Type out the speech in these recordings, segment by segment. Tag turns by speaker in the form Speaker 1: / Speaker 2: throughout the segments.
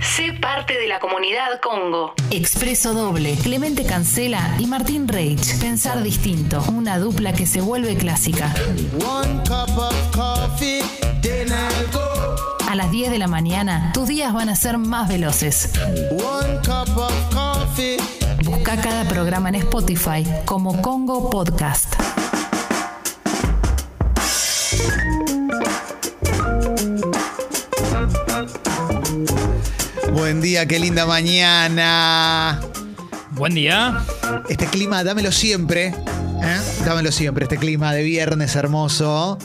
Speaker 1: Sé parte de la comunidad Congo.
Speaker 2: Expreso Doble, Clemente Cancela y Martín Reich. Pensar distinto, una dupla que se vuelve clásica.
Speaker 3: One cup of coffee, then I'll go.
Speaker 2: A las 10 de la mañana, tus días van a ser más veloces.
Speaker 3: One cup of coffee.
Speaker 2: Busca cada programa en Spotify como Congo Podcast.
Speaker 4: Buen día, qué linda mañana.
Speaker 5: Buen día.
Speaker 4: Este clima, dámelo siempre. ¿eh? Dámelo siempre, este clima de viernes hermoso.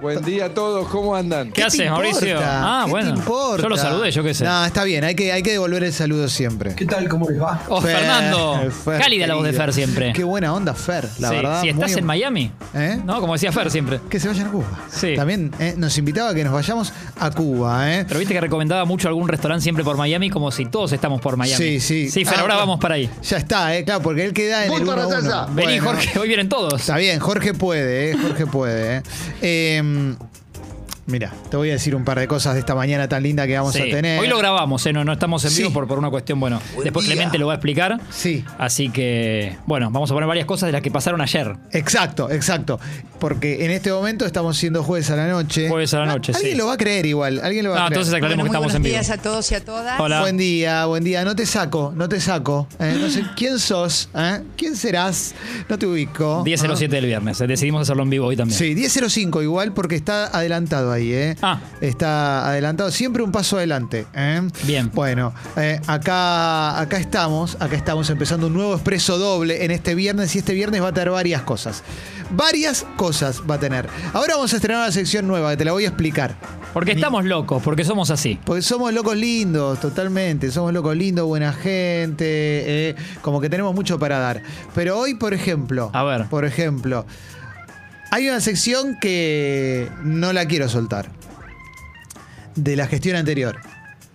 Speaker 6: Buen día a todos, ¿cómo andan?
Speaker 5: ¿Qué,
Speaker 4: te
Speaker 5: haces, Mauricio?
Speaker 4: importa?
Speaker 5: Ah,
Speaker 4: ¿Qué
Speaker 5: bueno.
Speaker 4: te importa?
Speaker 5: Yo lo saludé, yo qué sé.
Speaker 4: No, está bien, hay que, hay que devolver el saludo siempre.
Speaker 7: ¿Qué tal? ¿Cómo les va?
Speaker 5: Oh,
Speaker 4: Fer,
Speaker 5: Fernando.
Speaker 4: Fer,
Speaker 5: Cálida la voz de
Speaker 4: querido.
Speaker 5: Fer siempre.
Speaker 4: Qué buena onda, Fer, la
Speaker 5: Sí,
Speaker 4: verdad.
Speaker 5: si estás
Speaker 4: muy-
Speaker 5: en Miami,
Speaker 4: ¿Eh?
Speaker 5: ¿no? Como decía Fer siempre.
Speaker 4: Que se vayan a Cuba.
Speaker 5: Sí.
Speaker 4: También eh, nos invitaba a que nos vayamos a Cuba, ¿eh?
Speaker 5: Pero viste que recomendaba mucho algún restaurante siempre por Miami, como si todos estamos por Miami.
Speaker 4: Sí, sí.
Speaker 5: Sí, Fer,
Speaker 4: Ah,
Speaker 5: ahora
Speaker 4: bueno.
Speaker 5: vamos para ahí.
Speaker 4: Ya está, ¿eh? Claro, porque él queda en
Speaker 6: Voy
Speaker 4: el
Speaker 6: para
Speaker 4: 1-1.
Speaker 6: allá.
Speaker 5: Vení,
Speaker 4: Bueno.
Speaker 5: Jorge, hoy vienen todos.
Speaker 4: Está bien, Jorge puede, ¿eh? Jorge puede. ¿eh? Eh, mira, te voy a decir un par de cosas de esta mañana tan linda que vamos
Speaker 5: Sí.
Speaker 4: a tener.
Speaker 5: Hoy lo grabamos, ¿eh? no, no estamos en vivo
Speaker 4: Sí.
Speaker 5: por, por una cuestión, bueno, después
Speaker 4: día.
Speaker 5: Clemente lo va a explicar.
Speaker 4: Sí.
Speaker 5: Así que, bueno, vamos a poner varias cosas de las que pasaron ayer. Ah,
Speaker 4: Exacto, exacto. Porque en este momento estamos siendo jueves a la noche. Ah,
Speaker 5: Jueves a la noche,
Speaker 4: Alguien
Speaker 5: sí.
Speaker 4: lo va a creer igual. Alguien lo va
Speaker 5: Ah,
Speaker 4: a creer.
Speaker 5: entonces aclaremos
Speaker 8: Bueno,
Speaker 5: que
Speaker 8: muy
Speaker 5: estamos en vivo.
Speaker 8: buenos días a todos y a todas.
Speaker 5: Hola.
Speaker 4: Buen día, buen día. No te saco, no te saco. ¿eh? No sé quién sos, ¿eh? quién serás. No te ubico.
Speaker 5: 10.07 del viernes. eh, Decidimos hacerlo en vivo hoy también.
Speaker 4: Oh, Sí, 10.05 igual porque está adelantado ahí, ¿eh?
Speaker 5: Ah.
Speaker 4: Está adelantado, siempre un paso adelante. ¿eh?
Speaker 5: Bien.
Speaker 4: Bueno, eh, acá, acá estamos, acá estamos empezando un nuevo expreso doble en este viernes y este viernes va a tener varias cosas. Varias cosas va a tener. Ahora vamos a estrenar una sección nueva que te la voy a explicar.
Speaker 5: Porque estamos locos, porque somos así.
Speaker 4: Porque somos locos lindos, totalmente. Somos locos lindos, buena gente. eh, como que tenemos mucho para dar. Pero hoy, por ejemplo.
Speaker 5: A ver.
Speaker 4: Por ejemplo. Hay una sección que no la quiero soltar. De la gestión anterior.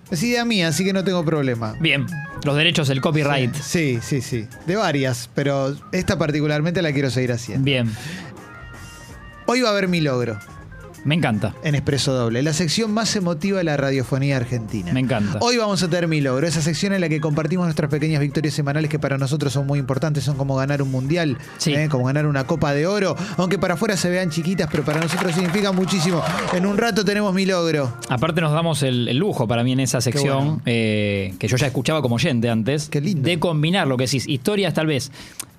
Speaker 4: Es idea mía, así que no tengo problema.
Speaker 5: Bien, los derechos, el copyright.
Speaker 4: Sí, sí, sí. De varias, pero esta particularmente la quiero seguir haciendo.
Speaker 5: Bien,
Speaker 4: Hoy va a haber mi logro
Speaker 5: me encanta.
Speaker 4: en Expreso Doble, la sección más emotiva de la radiofonía argentina.
Speaker 5: Me encanta.
Speaker 4: Hoy vamos a tener mi logro, esa sección en la que compartimos nuestras pequeñas victorias semanales que para nosotros son muy importantes, son como ganar un mundial,
Speaker 5: Sí.
Speaker 4: ¿eh? como ganar una copa de oro, aunque para afuera se vean chiquitas, pero para nosotros significa muchísimo. En un rato tenemos mi logro.
Speaker 5: Aparte nos damos el, el lujo para mí en esa sección,
Speaker 4: bueno.
Speaker 5: eh, que yo ya escuchaba como oyente antes,
Speaker 4: Qué lindo.
Speaker 5: de combinar lo que decís, historias tal vez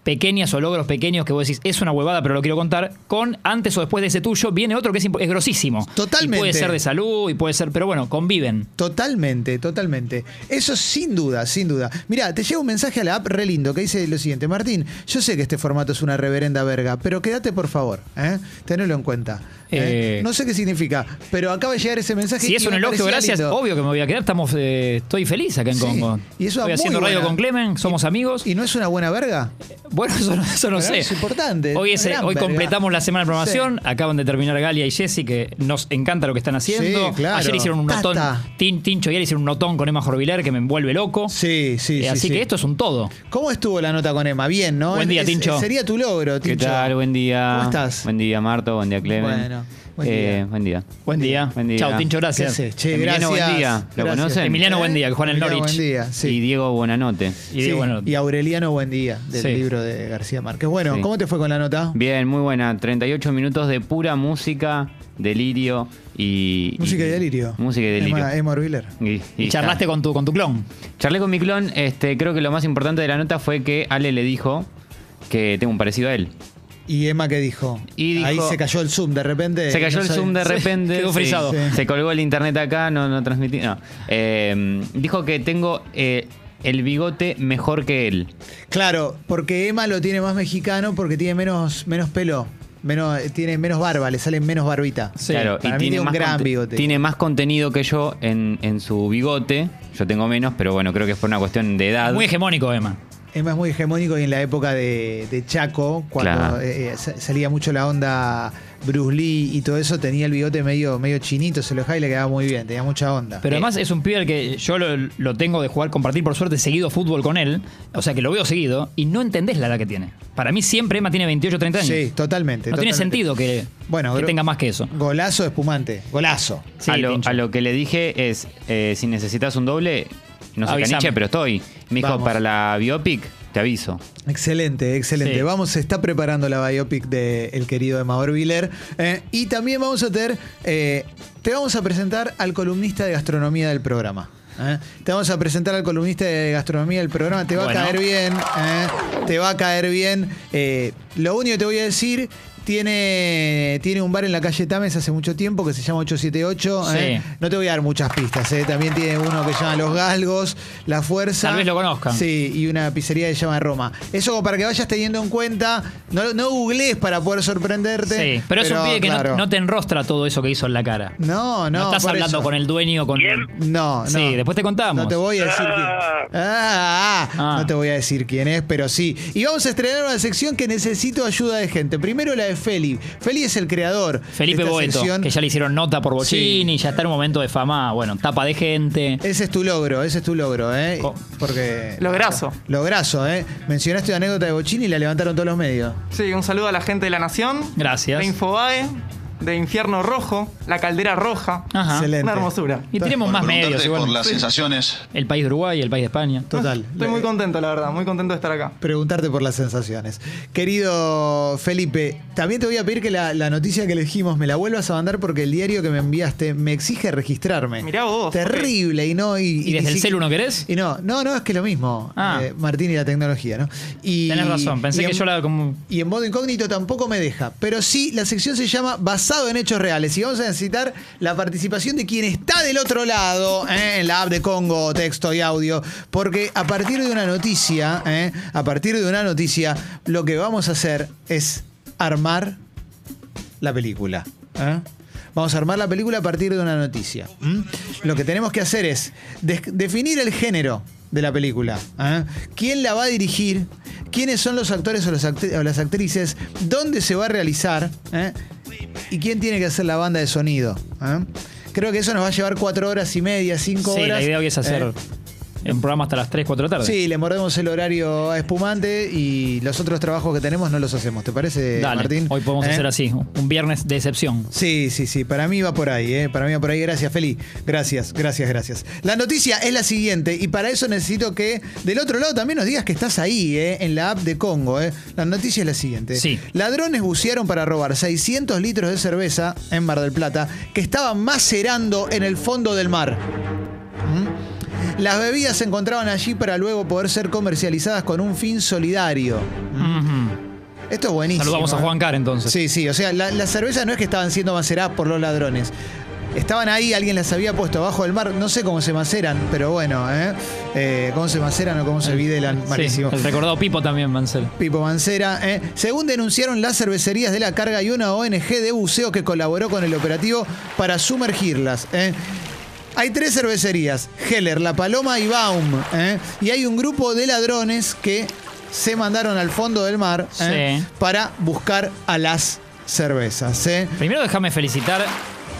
Speaker 5: pequeñas o logros pequeños que vos decís, es una huevada pero lo quiero contar, con antes o después de ese tuyo viene otro que es, impo- es grosísimo.
Speaker 4: Totalmente.
Speaker 5: Y puede ser de salud y puede ser, pero bueno, conviven.
Speaker 4: Totalmente, totalmente. Eso sin duda, sin duda. Mirá, te llega un mensaje a la app re lindo que dice lo siguiente. Martín, yo sé que este formato es una reverenda verga, pero quédate por favor, ¿eh? tenelo en cuenta. ¿eh?
Speaker 5: Eh.
Speaker 4: No sé qué significa, pero acaba de llegar ese mensaje.
Speaker 5: Si
Speaker 4: y
Speaker 5: es un
Speaker 4: me
Speaker 5: elogio,
Speaker 4: parecía
Speaker 5: gracias,
Speaker 4: lindo.
Speaker 5: obvio que me voy a quedar, estamos, eh, estoy feliz acá en
Speaker 4: Sí,
Speaker 5: Congo.
Speaker 4: y eso da
Speaker 5: estoy
Speaker 4: muy
Speaker 5: haciendo radio
Speaker 4: buena-
Speaker 5: con Clemen, somos amigos.
Speaker 4: ¿Y no es una buena verga?
Speaker 5: Bueno, eso, no- eso no
Speaker 4: Pero
Speaker 5: sé.
Speaker 4: es importante, es
Speaker 5: Hoy,
Speaker 4: una
Speaker 5: es-
Speaker 4: gran
Speaker 5: hoy
Speaker 4: verga.
Speaker 5: completamos la semana de programación. Acaban de terminar Galia y Jessy, que nos encanta lo que están haciendo.
Speaker 4: Sí, claro.
Speaker 5: Ayer hicieron un
Speaker 4: Tata.
Speaker 5: notón. Tin- Tincho y él hicieron un notón con Emma Jorviler que me envuelve loco.
Speaker 4: Sí, sí,
Speaker 5: Eh,
Speaker 4: sí,
Speaker 5: así
Speaker 4: sí.
Speaker 5: que esto es un todo.
Speaker 4: ¿Cómo estuvo la nota con Emma? Bien, ¿no?
Speaker 5: Buen día,
Speaker 4: Es-
Speaker 5: Tincho.
Speaker 4: Sería tu logro,
Speaker 9: ¿Qué
Speaker 4: Tincho.
Speaker 9: tal? Buen día.
Speaker 4: ¿Cómo estás?
Speaker 9: Buen día, Marto. Buen día, Clemen. Eh,
Speaker 4: Bueno, buen día.
Speaker 9: buen día.
Speaker 5: Buen día.
Speaker 9: Buen día.
Speaker 5: Chao, Tincho,
Speaker 4: ¿Qué
Speaker 5: gracias.
Speaker 4: haces? Che,
Speaker 9: Emiliano,
Speaker 4: gracias.
Speaker 9: buen día. ¿Lo
Speaker 4: Gracias.
Speaker 9: conocen?
Speaker 5: Emiliano, buen día, que juega en el
Speaker 4: Emiliano,
Speaker 5: Norwich.
Speaker 4: Buen día, sí.
Speaker 9: Y Diego, Buenanote.
Speaker 5: Y
Speaker 4: Sí,
Speaker 5: digo, bueno,
Speaker 4: y Aureliano Buendía, del
Speaker 5: Sí.
Speaker 4: libro de García Márquez. Bueno,
Speaker 9: Sí.
Speaker 4: ¿cómo te fue con la nota?
Speaker 9: Bien, muy buena. 38 minutos de pura música, delirio y.
Speaker 4: Música y delirio.
Speaker 9: Música y delirio.
Speaker 4: Emma, Emma Orviller.
Speaker 9: Y-
Speaker 5: y
Speaker 9: y
Speaker 5: charlaste
Speaker 9: está.
Speaker 5: con tu, con tu clon.
Speaker 9: Charlé con mi clon. Este, creo que lo más importante de la nota fue que Ale le dijo que tengo un parecido a él.
Speaker 4: ¿Y Emma qué dijo?
Speaker 9: Y dijo-
Speaker 4: Ahí se cayó el Zoom de repente.
Speaker 9: Se cayó
Speaker 4: Eh, No
Speaker 9: el
Speaker 4: sabe-
Speaker 9: Zoom de
Speaker 4: Sí.
Speaker 9: repente.
Speaker 5: quedó
Speaker 9: sí.
Speaker 5: frisado.
Speaker 4: Sí.
Speaker 9: Se colgó el internet acá, no, no transmití. No. Eh, dijo que tengo eh, el bigote mejor que él.
Speaker 4: Claro, porque Emma lo tiene más mexicano porque tiene menos, menos pelo. Menos, eh, tiene menos barba, le sale menos barbita.
Speaker 5: Sí.
Speaker 9: claro,
Speaker 4: Para mí
Speaker 9: y tiene,
Speaker 4: tiene un
Speaker 9: más
Speaker 4: gran
Speaker 9: conte-
Speaker 4: bigote.
Speaker 9: Tiene más contenido que yo en, en su bigote. Yo tengo menos, pero bueno, creo que es por una cuestión de edad.
Speaker 5: Muy hegemónico, Emma.
Speaker 4: Emma es muy hegemónico y en la época de, de Chaco, cuando
Speaker 9: Claro.
Speaker 4: eh, eh, sa- salía mucho la onda Bruce Lee y todo eso, tenía el bigote medio, medio chinito, se lo dejaba y le quedaba muy bien, tenía mucha onda.
Speaker 5: Pero además es un pibe al que yo lo, lo tengo de jugar, compartir por suerte seguido fútbol con él. O sea que lo veo seguido y no entendés la edad que tiene. Para mí siempre Emma tiene 28 30 años.
Speaker 4: sí, totalmente.
Speaker 5: no tiene
Speaker 4: totalmente.
Speaker 5: sentido que,
Speaker 4: Bueno,
Speaker 5: que
Speaker 4: gro-
Speaker 5: tenga más que eso.
Speaker 4: Golazo de espumante, golazo.
Speaker 5: Sí,
Speaker 9: a, lo,
Speaker 5: Tincho.
Speaker 9: a lo que le dije es, eh, si necesitas un doble, no sé
Speaker 5: Avísame.
Speaker 9: caniche, pero estoy. Me dijo,
Speaker 4: Vamos.
Speaker 9: para la biopic, te aviso.
Speaker 4: Excelente, excelente.
Speaker 5: Sí.
Speaker 4: Vamos, se está preparando la biopic de el querido Emma Orbiler. Eh, y también vamos a tener, eh, te vamos a presentar al columnista de gastronomía del programa. ¿eh? Te vamos a presentar al columnista de gastronomía del programa. Te va
Speaker 5: Bueno.
Speaker 4: a caer bien, ¿eh? te va a caer bien. Eh, lo único que te voy a decir. Tiene, tiene un bar en la calle Tames hace mucho tiempo que se llama 878. ¿eh?
Speaker 5: Sí.
Speaker 4: No te voy a dar muchas pistas. ¿eh? También tiene uno que se llama Los Galgos, La Fuerza.
Speaker 5: Tal vez lo conozcan.
Speaker 4: Sí, Sí, y una pizzería que se llama Roma. Eso como para que vayas teniendo en cuenta, no, no googlees para poder sorprenderte.
Speaker 5: Sí, pero es un pibe que no-
Speaker 4: claro.
Speaker 5: no, te enrostra todo eso que hizo en la cara.
Speaker 4: No, no,
Speaker 5: No estás
Speaker 4: por
Speaker 5: hablando
Speaker 4: eso.
Speaker 5: con el dueño, con.
Speaker 4: No, no.
Speaker 5: Sí, después te contamos.
Speaker 4: No te voy a decir quién. Ah, ah, ah.
Speaker 5: Ah.
Speaker 4: No te voy a decir quién es, pero sí. Y vamos a estrenar una sección que necesito ayuda de gente. Primero la de Feli. Feli es el creador.
Speaker 5: Felipe
Speaker 4: de esta
Speaker 5: Boeto,
Speaker 4: sección.
Speaker 5: que ya le hicieron nota por Bochini, ya está en un momento de fama, bueno, tapa de gente.
Speaker 4: Ese es tu logro, ese es tu logro, ¿eh?
Speaker 5: Co-
Speaker 4: Porque.
Speaker 7: Lograzo.
Speaker 4: Lograzo, ¿eh? Mencionaste la anécdota de Bochini y la levantaron todos los medios.
Speaker 7: Sí, un saludo a la gente de la Nación.
Speaker 5: Gracias.
Speaker 7: De Infobae, de Infierno Rojo, la Caldera Roja.
Speaker 5: Ajá.
Speaker 4: Excelente.
Speaker 7: Una hermosura.
Speaker 5: Y tenemos más medios, igual.
Speaker 8: sensaciones.
Speaker 5: El país de Uruguay, el país de España.
Speaker 4: Total.
Speaker 7: Estoy
Speaker 5: eh,
Speaker 7: muy contento, la verdad, muy contento de estar acá.
Speaker 4: preguntarte por las sensaciones. Querido Felipe, también te voy a pedir que la, la noticia que elegimos me la vuelvas a mandar porque el diario que me enviaste me exige registrarme.
Speaker 7: Mirá vos,
Speaker 4: Terrible y no. ¿Y,
Speaker 5: ¿Y desde
Speaker 4: y
Speaker 5: el
Speaker 4: si-
Speaker 5: celu no querés?
Speaker 4: Y no, no, no, es que es lo mismo,
Speaker 5: Ah.
Speaker 4: eh, Martín y la tecnología, ¿no? Y,
Speaker 5: Tenés razón, pensé
Speaker 4: y
Speaker 5: que
Speaker 4: en-
Speaker 5: yo la como.
Speaker 4: Y en modo incógnito tampoco me deja. Pero sí, la sección se llama Basado en Hechos Reales. Y vamos a necesitar la participación de quien está del otro lado, ¿eh? en la app de Congo, texto y audio. Porque a partir de una noticia, ¿eh? a partir de una noticia, lo que vamos a hacer es armar la película. ¿eh? Vamos a armar la película a partir de una noticia. ¿m? Lo que tenemos que hacer es des- definir el género de la película. ¿eh? ¿Quién la va a dirigir? ¿Quiénes son los actores o, los actri- o las actrices? ¿Dónde se va a realizar? ¿eh? ¿Y quién tiene que hacer la banda de sonido? ¿eh? Creo que eso nos va a llevar cuatro horas y media, cinco
Speaker 5: Sí,
Speaker 4: horas.
Speaker 5: la idea hoy es hacer
Speaker 4: ¿eh?
Speaker 5: un programa hasta las 3, 4 de la tarde.
Speaker 4: Sí, le mordemos el horario a espumante y los otros trabajos que tenemos no los hacemos. ¿Te parece,
Speaker 5: Dale,
Speaker 4: Martín?
Speaker 5: hoy podemos
Speaker 4: ¿Eh?
Speaker 5: hacer así, un viernes de excepción.
Speaker 4: Sí, sí, sí. Para mí va por ahí, ¿eh? Para mí va por ahí. Gracias, Feli. Gracias, gracias, gracias. La noticia es la siguiente y para eso necesito que del otro lado también nos digas que estás ahí, ¿eh? En la app de Congo, ¿eh? La noticia es la siguiente.
Speaker 5: Sí.
Speaker 4: Ladrones bucearon para robar 600 litros de cerveza en Mar del Plata que estaban macerando en el fondo del mar. ¿Mm? Las bebidas se encontraban allí para luego poder ser comercializadas con un fin solidario.
Speaker 5: Ujú.
Speaker 4: Esto es buenísimo.
Speaker 5: Saludamos a
Speaker 4: ¿eh?
Speaker 5: Juan Car entonces.
Speaker 4: Sí, sí, o sea, la- las cervezas no es que estaban siendo maceradas por los ladrones. Estaban ahí, alguien las había puesto abajo del mar. No sé cómo se maceran, pero bueno, ¿eh? Eh, cómo se maceran o cómo se videlan.
Speaker 5: Sí,
Speaker 4: Malísimo.
Speaker 5: el recordado Pipo también, Mancel.
Speaker 4: Pipo Mancera. ¿eh? Según denunciaron las cervecerías de la carga y una ONG de buceo que colaboró con el operativo para sumergirlas. ¿eh? Hay tres cervecerías, Heller, La Paloma y Baum. ¿eh? Y hay un grupo de ladrones que se mandaron al fondo del mar ¿eh?
Speaker 5: Sí.
Speaker 4: para buscar a las cervezas. ¿eh?
Speaker 5: Primero déjame felicitar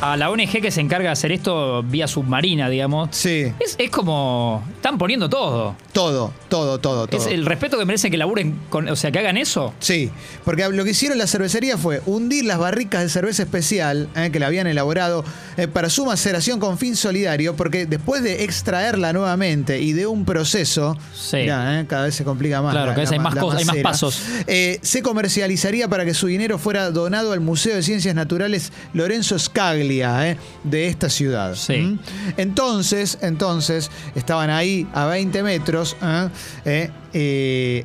Speaker 5: a la ONG que se encarga de hacer esto vía submarina, digamos.
Speaker 4: Sí,
Speaker 5: Es, es como. Están poniendo todo.
Speaker 4: todo, todo, todo, todo.
Speaker 5: Es el respeto que merecen que laburen, con, o sea, que hagan eso.
Speaker 4: Sí, porque lo que hicieron la cervecería fue hundir las barricas de cerveza especial eh, que la habían elaborado eh, para su maceración con fin solidario, porque después de extraerla nuevamente y de un proceso,
Speaker 5: Sí.
Speaker 4: mirá, eh, cada vez se complica más.
Speaker 5: Claro, cada vez hay
Speaker 4: ma-
Speaker 5: más cosas, hay más
Speaker 4: macera.
Speaker 5: pasos.
Speaker 4: Eh, se comercializaría para que su dinero fuera donado al Museo de Ciencias Naturales Lorenzo Scaglia eh, de esta ciudad.
Speaker 5: Sí.
Speaker 4: ¿Mm? Entonces, entonces, estaban ahí a 20 metros, ¿eh? Eh, eh,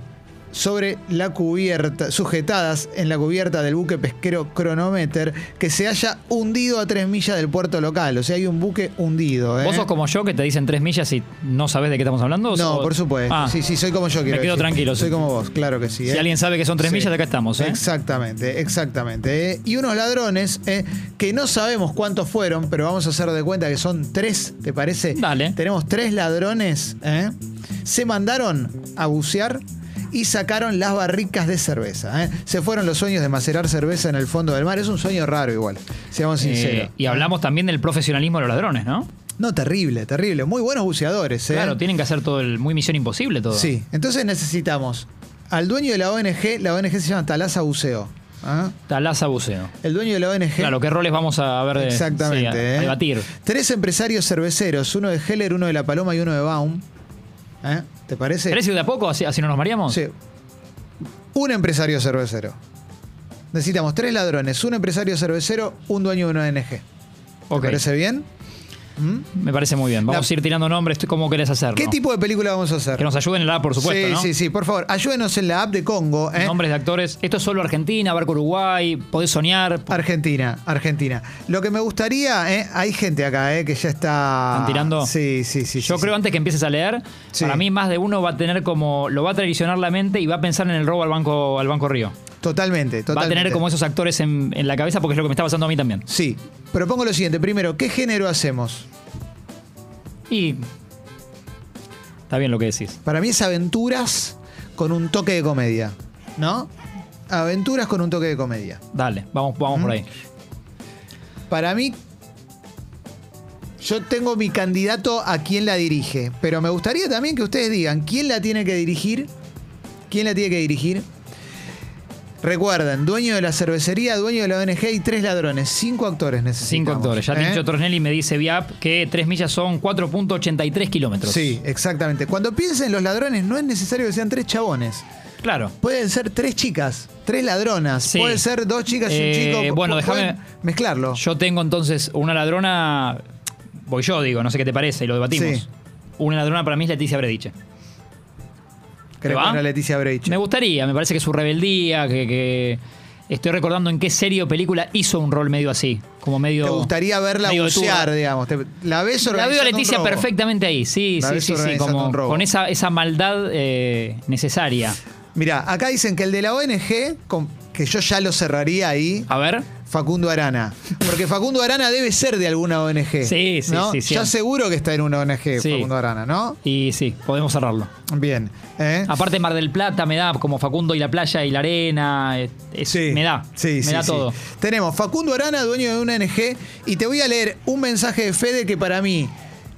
Speaker 4: sobre la cubierta, sujetadas en la cubierta del buque pesquero Chronometer, que se haya hundido a 3 millas del puerto local. O sea, hay un buque hundido. ¿eh?
Speaker 5: Vos sos como yo que te dicen tres millas y no sabés de qué estamos hablando.
Speaker 4: No,
Speaker 5: o-
Speaker 4: por supuesto.
Speaker 5: Ah,
Speaker 4: Sí, sí, soy como yo. quiero
Speaker 5: quedo
Speaker 4: decir.
Speaker 5: tranquilo,
Speaker 4: Soy
Speaker 5: sí.
Speaker 4: como vos, claro que sí.
Speaker 5: Si
Speaker 4: ¿eh?
Speaker 5: alguien sabe que son tres millas, acá estamos, ¿eh?
Speaker 4: Exactamente, exactamente. ¿eh? Y unos ladrones eh, que no sabemos cuántos fueron, pero vamos a hacer de cuenta que son tres, ¿te parece?
Speaker 5: Dale.
Speaker 4: Tenemos tres ladrones, ¿eh? se mandaron a bucear y sacaron las barricas de cerveza. ¿eh? Se fueron los sueños de macerar cerveza en el fondo del mar. Es un sueño raro igual, seamos sinceros.
Speaker 5: Eh, y hablamos también del profesionalismo de los ladrones, ¿no?
Speaker 4: No, terrible, terrible. Muy buenos buceadores. ¿eh?
Speaker 5: Claro, tienen que hacer todo el. Muy misión imposible todo.
Speaker 4: Sí, entonces necesitamos al dueño de la ONG, la ONG se llama Talasa Buceo. ¿ah?
Speaker 5: Talaza buceo.
Speaker 4: El dueño de la ONG.
Speaker 5: Claro, ¿qué roles vamos a ver? de-
Speaker 4: Exactamente.
Speaker 5: sí, a- a
Speaker 4: ¿eh?
Speaker 5: debatir.
Speaker 4: Tres empresarios cerveceros, uno de Heller, uno de La Paloma y uno de Baum. ¿Eh? ¿Te parece?
Speaker 5: ¿Querés ir de a poco? Así, así no nos mareamos.
Speaker 4: Sí. Un empresario cervecero. Necesitamos tres ladrones, un empresario cervecero, un dueño de una ONG.
Speaker 5: Ok.
Speaker 4: ¿Te parece bien?
Speaker 5: Me parece muy bien. Vamos
Speaker 4: La-
Speaker 5: a ir tirando nombres. ¿Cómo querés hacerlo?
Speaker 4: ¿Qué tipo de película vamos a hacer?
Speaker 5: Que nos ayuden en la app, por supuesto.
Speaker 4: sí,
Speaker 5: ¿no?
Speaker 4: sí, sí, por favor, ayúdenos en la app de Congo. ¿eh?
Speaker 5: Nombres de actores. Esto es solo Argentina, Barco Uruguay. Podés soñar. po-
Speaker 4: Argentina, Argentina. Lo que me gustaría, ¿eh? hay gente acá ¿eh? que ya está.
Speaker 5: ¿Están tirando?
Speaker 4: Sí, sí, sí.
Speaker 5: Yo
Speaker 4: sí,
Speaker 5: creo
Speaker 4: sí.
Speaker 5: antes que empieces a leer,
Speaker 4: Sí.
Speaker 5: para mí más de uno va a tener como. Lo va a traicionar la mente y va a pensar en el robo al Banco, al banco Río.
Speaker 4: Totalmente, totalmente.
Speaker 5: Va a tener como esos actores en, en la cabeza porque es lo que me está pasando a mí también.
Speaker 4: Sí. Propongo lo siguiente. Primero, ¿qué género hacemos?
Speaker 5: Y. Está bien lo que decís.
Speaker 4: Para mí es aventuras con un toque de comedia. ¿No? Aventuras con un toque de comedia.
Speaker 5: Dale, vamos, vamos por ahí.
Speaker 4: Para mí. Yo tengo mi candidato a quien la dirige, pero me gustaría también que ustedes digan quién la tiene que dirigir. ¿Quién la tiene que dirigir? Recuerden, dueño de la cervecería, dueño de la ONG y tres ladrones. Cinco actores necesitamos.
Speaker 5: Cinco actores. Ya
Speaker 4: ¿eh?
Speaker 5: Tincho Tornelli me dice vía app que tres millas son 4.83 kilómetros.
Speaker 4: Sí, exactamente. Cuando piensen los ladrones, no es necesario que sean tres chabones.
Speaker 5: Claro.
Speaker 4: Pueden ser tres chicas, tres ladronas.
Speaker 5: Sí.
Speaker 4: Pueden ser dos chicas y
Speaker 5: Eh,
Speaker 4: un chico.
Speaker 5: bueno,
Speaker 4: Pu-
Speaker 5: déjame-
Speaker 4: pueden Mezclarlo.
Speaker 5: Yo tengo entonces una ladrona. Voy yo, digo, no sé qué te parece, y lo debatimos.
Speaker 4: Sí.
Speaker 5: Una ladrona para mí es Leticia Brediche.
Speaker 4: Creo
Speaker 5: va?
Speaker 4: que era Leticia Breich.
Speaker 5: Me gustaría, me parece que su rebeldía, que, que- Estoy recordando en qué serie o película hizo un rol medio así. Como medio.
Speaker 4: Te gustaría verla
Speaker 5: medio de
Speaker 4: bucear,
Speaker 5: turra.
Speaker 4: digamos. Te- la ves
Speaker 5: eh, La veo a
Speaker 4: organizando un
Speaker 5: Leticia
Speaker 4: robo.
Speaker 5: perfectamente ahí, sí,
Speaker 4: La
Speaker 5: sí,
Speaker 4: ves
Speaker 5: sí, sí,
Speaker 4: organizando
Speaker 5: como
Speaker 4: un robo.
Speaker 5: con esa, esa maldad eh, necesaria.
Speaker 4: Mirá, acá dicen que el de la ONG, con- que yo ya lo cerraría ahí,
Speaker 5: A ver,
Speaker 4: Facundo Arana. Porque Facundo Arana debe ser de alguna ONG.
Speaker 5: Sí, sí,
Speaker 4: ¿no?
Speaker 5: sí,
Speaker 4: Ya
Speaker 5: siempre.
Speaker 4: seguro que está en una ONG,
Speaker 5: Sí.
Speaker 4: Facundo Arana, ¿no?
Speaker 5: y sí, podemos cerrarlo.
Speaker 4: Bien. ¿eh?
Speaker 5: Aparte Mar del Plata me da como Facundo y la playa y la arena, eh, es-
Speaker 4: Sí.
Speaker 5: me da,
Speaker 4: Sí,
Speaker 5: me
Speaker 4: sí,
Speaker 5: da
Speaker 4: sí.
Speaker 5: todo.
Speaker 4: Tenemos Facundo Arana, dueño de una ONG, y te voy a leer un mensaje de Fede que para mí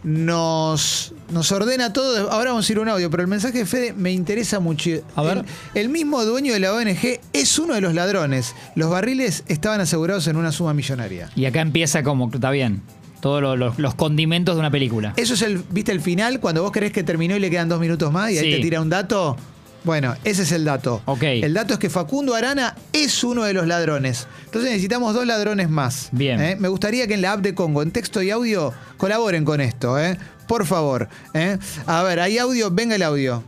Speaker 4: nos, nos ordena todo. Ahora vamos a ir a un audio, pero el mensaje de Fede me interesa mucho.
Speaker 5: A ver.
Speaker 4: El, el mismo dueño de la ONG es uno de los ladrones. Los barriles estaban asegurados en una suma millonaria.
Speaker 5: Y acá empieza como, está bien, todos lo- lo- los condimentos de una película.
Speaker 4: Eso es el, viste, el final, cuando vos crees que terminó y le quedan dos minutos más y ahí
Speaker 5: Sí.
Speaker 4: te tira un dato. Bueno, ese es el dato.
Speaker 5: Ok.
Speaker 4: El dato es que Facundo Arana es uno de los ladrones. Entonces necesitamos dos ladrones más.
Speaker 5: Bien.
Speaker 4: ¿eh? Me gustaría que en la app de Congo, en texto y audio, colaboren con esto, ¿eh? Por favor. ¿eh? A ver, hay audio, venga el audio.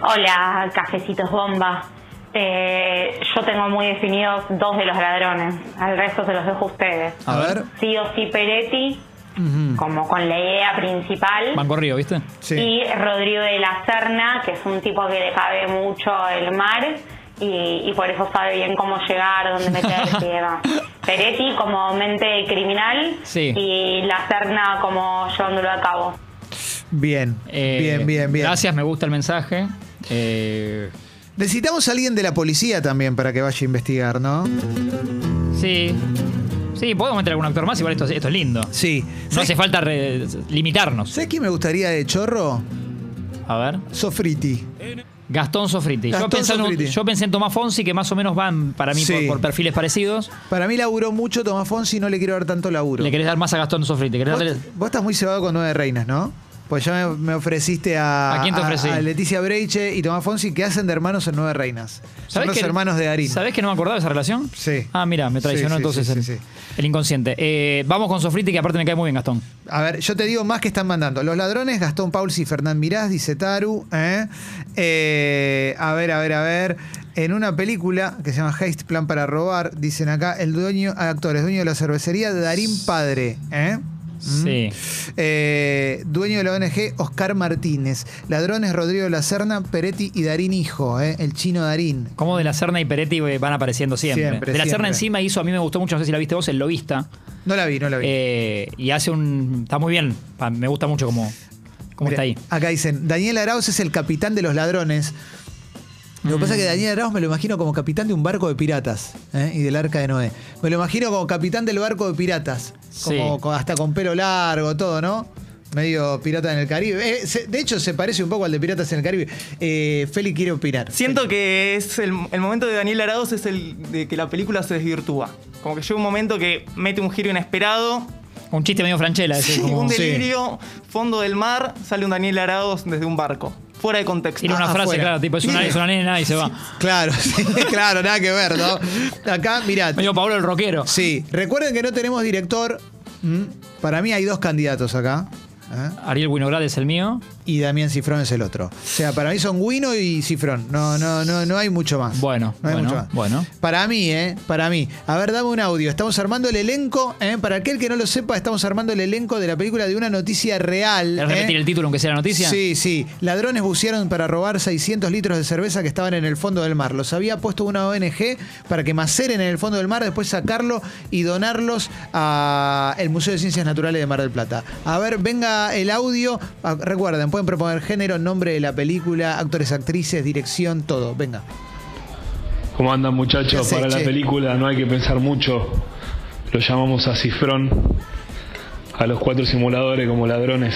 Speaker 8: Hola, cafecitos bomba. Eh, yo tengo muy definidos dos de los ladrones. Al resto se los dejo a ustedes.
Speaker 4: A, ver.
Speaker 8: Sí o sí Peretti, como con la idea principal.
Speaker 5: Banco Río, ¿viste?
Speaker 4: Sí.
Speaker 8: Y Rodrigo de la Serna, que es un tipo que le cabe mucho el mar y, y por eso sabe bien cómo llegar, dónde meterse y demás. Peretti como mente criminal
Speaker 5: Sí.
Speaker 8: y la Serna como llevándolo a cabo.
Speaker 4: Bien.
Speaker 5: Eh,
Speaker 4: bien, bien, bien.
Speaker 5: Gracias, me gusta el mensaje. Eh,
Speaker 4: Necesitamos a alguien de la policía también para que vaya a investigar, ¿no?
Speaker 5: sí, sí, podemos meter algún actor más, igual esto, esto es lindo.
Speaker 4: Sí.
Speaker 5: No
Speaker 4: ¿Sabes
Speaker 5: hace falta re- limitarnos.
Speaker 4: ¿sabes quién me gustaría de chorro?
Speaker 5: A ver.
Speaker 4: Sofriti.
Speaker 5: Gastón Sofriti.
Speaker 4: Gastón
Speaker 5: yo, pensé en un-
Speaker 4: Sofriti.
Speaker 5: yo pensé en Tomás Fonsi, que más o menos van para mí
Speaker 4: Sí.
Speaker 5: por, por perfiles parecidos.
Speaker 4: Para mí laburó mucho Tomás Fonsi, no le quiero dar tanto laburo.
Speaker 5: Le querés dar más a Gastón Sofriti. querés
Speaker 4: vos,
Speaker 5: darle-
Speaker 4: vos estás muy cebado con Nueve Reinas, ¿no? Pues ya me, me ofreciste a,
Speaker 5: ¿A quién te ofrecí?
Speaker 4: a Leticia Breiche y Tomás Fonsi que hacen de hermanos en Nueve Reinas. Son
Speaker 5: ¿Sabés
Speaker 4: los
Speaker 5: que-
Speaker 4: hermanos de Darín.
Speaker 5: ¿Sabés que no me acordaba de esa relación?
Speaker 4: Sí.
Speaker 5: Ah, mira, me
Speaker 4: Sí, sí,
Speaker 5: traicionó entonces
Speaker 4: sí,
Speaker 5: el,
Speaker 4: sí, sí.
Speaker 5: el inconsciente. Eh, vamos con Sofriti, que aparte me cae muy bien, Gastón.
Speaker 4: A ver, yo te digo más que están mandando. Los ladrones, Gastón Pauls y Fernán Mirás, dice Taru. ¿eh? Eh, a ver, a ver, a ver. En una película que se llama Heist, Plan para Robar, dicen acá, el dueño, actores, dueño de la cervecería, Darín Padre. ¿eh?
Speaker 5: Sí.
Speaker 4: Eh, dueño de la ONG, Oscar Martínez. Ladrones, Rodrigo La Serna, Peretti y Darín Hijo, eh, el chino Darín.
Speaker 5: Como de la Serna y Peretti eh, van apareciendo siempre.
Speaker 4: Siempre,
Speaker 5: de la
Speaker 4: siempre.
Speaker 5: Serna encima hizo, a mí me gustó mucho, no sé si la viste vos, el lobista.
Speaker 4: No la vi, no la vi.
Speaker 5: Eh, y hace un. Está muy bien. pa- Me gusta mucho como. ¿Cómo
Speaker 4: Mira,
Speaker 5: está ahí?
Speaker 4: Acá dicen, Daniel Arauz es el capitán de los ladrones. Lo que pasa
Speaker 5: Mm.
Speaker 4: es que Daniel Arauz me lo imagino como capitán de un barco de piratas ¿eh? y del arca de Noé. Me lo imagino como capitán del barco de piratas. Como,
Speaker 5: Sí.
Speaker 4: con- hasta con pelo largo, todo, ¿no? Medio pirata en el Caribe. Eh, se- de hecho, se parece un poco al de Piratas en el Caribe. Eh, Feli quiere opinar.
Speaker 7: Siento que es el, el momento de Daniel Arauz es el de que la película se desvirtúa. Como que llega un momento que mete un giro inesperado,
Speaker 5: Un chiste medio franchela. ese,
Speaker 7: sí,
Speaker 5: como-
Speaker 7: un
Speaker 4: sí.
Speaker 7: delirio, fondo del mar, sale un Daniel Arauz desde un barco, fuera de contexto.
Speaker 5: Tiene una
Speaker 4: Ah,
Speaker 5: frase,
Speaker 4: afuera.
Speaker 5: claro, tipo, es una,
Speaker 4: Bien.
Speaker 5: es una nena y se va.
Speaker 4: Claro, sí, claro, nada que ver, ¿no? Acá, mirá.
Speaker 5: Medio Pablo el rockero.
Speaker 4: Sí, recuerden que no tenemos director. ¿Mm? Para mí hay dos candidatos acá. ¿eh?
Speaker 5: Ariel Winograd es el mío.
Speaker 4: y Damián Cifrón es el otro. O sea, para mí son Guino y Cifrón. No, no, no, no hay mucho más.
Speaker 5: Bueno,
Speaker 4: no hay
Speaker 5: bueno,
Speaker 4: mucho más.
Speaker 5: bueno.
Speaker 4: Para mí, ¿eh? Para mí. A ver, dame un audio. Estamos armando el elenco. ¿eh? Para aquel que no lo sepa, estamos armando el elenco de la película de una noticia real.
Speaker 5: ¿Querés
Speaker 4: ¿eh?
Speaker 5: repetir el título aunque sea la noticia?
Speaker 4: Sí, sí. Ladrones bucearon para robar 600 litros de cerveza que estaban en el fondo del mar. Los había puesto una ONG para que maceren en el fondo del mar, después sacarlo y donarlos al Museo de Ciencias Naturales de Mar del Plata. A ver, venga el audio. Ah, Recuerden, pueden proponer género, nombre de la película, actores, actrices, dirección, todo. Venga.
Speaker 10: ¿Cómo andan
Speaker 4: ¿Qué
Speaker 10: muchachos?
Speaker 4: haces,
Speaker 10: Para la
Speaker 4: che?
Speaker 10: película no hay que pensar mucho. Lo llamamos a Cifrón, a los cuatro simuladores como ladrones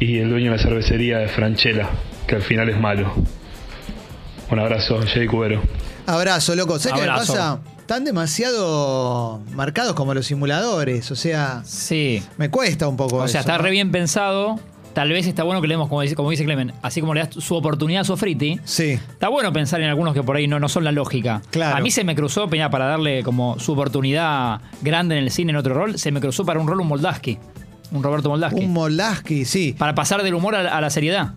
Speaker 10: y el dueño de la cervecería de Franchella, que al final es malo. Un abrazo, Jay Cubero.
Speaker 4: Abrazo, loco. ¿Sabes qué me
Speaker 5: Abrazo.
Speaker 4: pasa? Están demasiado marcados como los simuladores. O sea,
Speaker 5: Sí.
Speaker 4: me cuesta un poco.
Speaker 5: O
Speaker 4: eso,
Speaker 5: sea, está
Speaker 4: ¿no?
Speaker 5: re bien pensado. Tal vez está bueno que le demos, como dice, como dice Clemen, así como le das su oportunidad a Sofriti.
Speaker 4: Sí.
Speaker 5: Está bueno pensar en algunos que por ahí no, no son la lógica.
Speaker 4: Claro.
Speaker 5: A mí se me cruzó, Peña, para darle como su oportunidad grande en el cine en otro rol, se me cruzó para un rol un Moldaski. Un Roberto Moldaski.
Speaker 4: Un Molaski, sí.
Speaker 5: para pasar del humor a la, a la seriedad.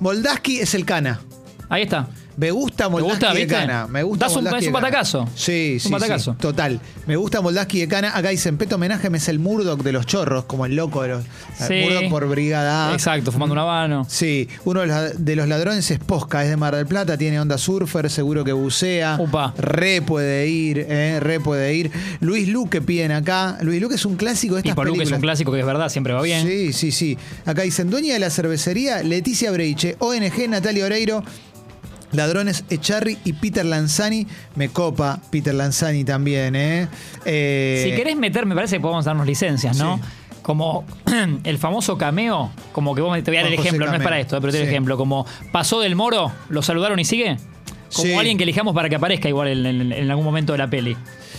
Speaker 4: Moldaski es el cana.
Speaker 5: Ahí está.
Speaker 4: Me gusta Moldaski
Speaker 5: gusta,
Speaker 4: de
Speaker 5: viste?
Speaker 4: Cana. Me gusta
Speaker 5: Das un-
Speaker 4: Moldaski
Speaker 5: es un
Speaker 4: de Cana.
Speaker 5: batacazo.
Speaker 4: Sí,
Speaker 5: Es
Speaker 4: sí,
Speaker 5: un batacazo.
Speaker 4: sí, Total. Me gusta Moldaski de Cana. Acá dicen, Peto homenaje me es el Murdoch de los chorros, como el loco de los... eh,
Speaker 5: Sí.
Speaker 4: Murdoch por Brigada A.
Speaker 5: Exacto, fumando un habano.
Speaker 4: Sí, uno de los, de los ladrones es Posca, es de Mar del Plata, tiene onda surfer, seguro que bucea.
Speaker 5: Upa.
Speaker 4: Re puede ir, eh, re puede ir. Luis Luque piden acá. Luis Luque es un clásico de estas
Speaker 5: Tipo Luke es
Speaker 4: películas.
Speaker 5: un clásico que es verdad, siempre va bien.
Speaker 4: Sí, sí, sí. Acá dicen, dueña de la cervecería, Leticia Breiche, ONG, Natalia Oreiro, Ladrones Echarri y Peter Lanzani. Me copa Peter Lanzani también, ¿eh? Eh,
Speaker 5: Si querés meter, me parece que podemos darnos licencias, ¿no?
Speaker 4: Sí.
Speaker 5: Como el famoso cameo, como que vos me- te voy a dar el
Speaker 4: Juan José
Speaker 5: ejemplo, no es
Speaker 4: Cameo.
Speaker 5: para esto, eh, pero te doy el
Speaker 4: Sí.
Speaker 5: ejemplo. Como pasó del moro, lo saludaron y sigue. Como
Speaker 4: Sí.
Speaker 5: alguien que elijamos para que aparezca igual en, en- en algún momento de la peli.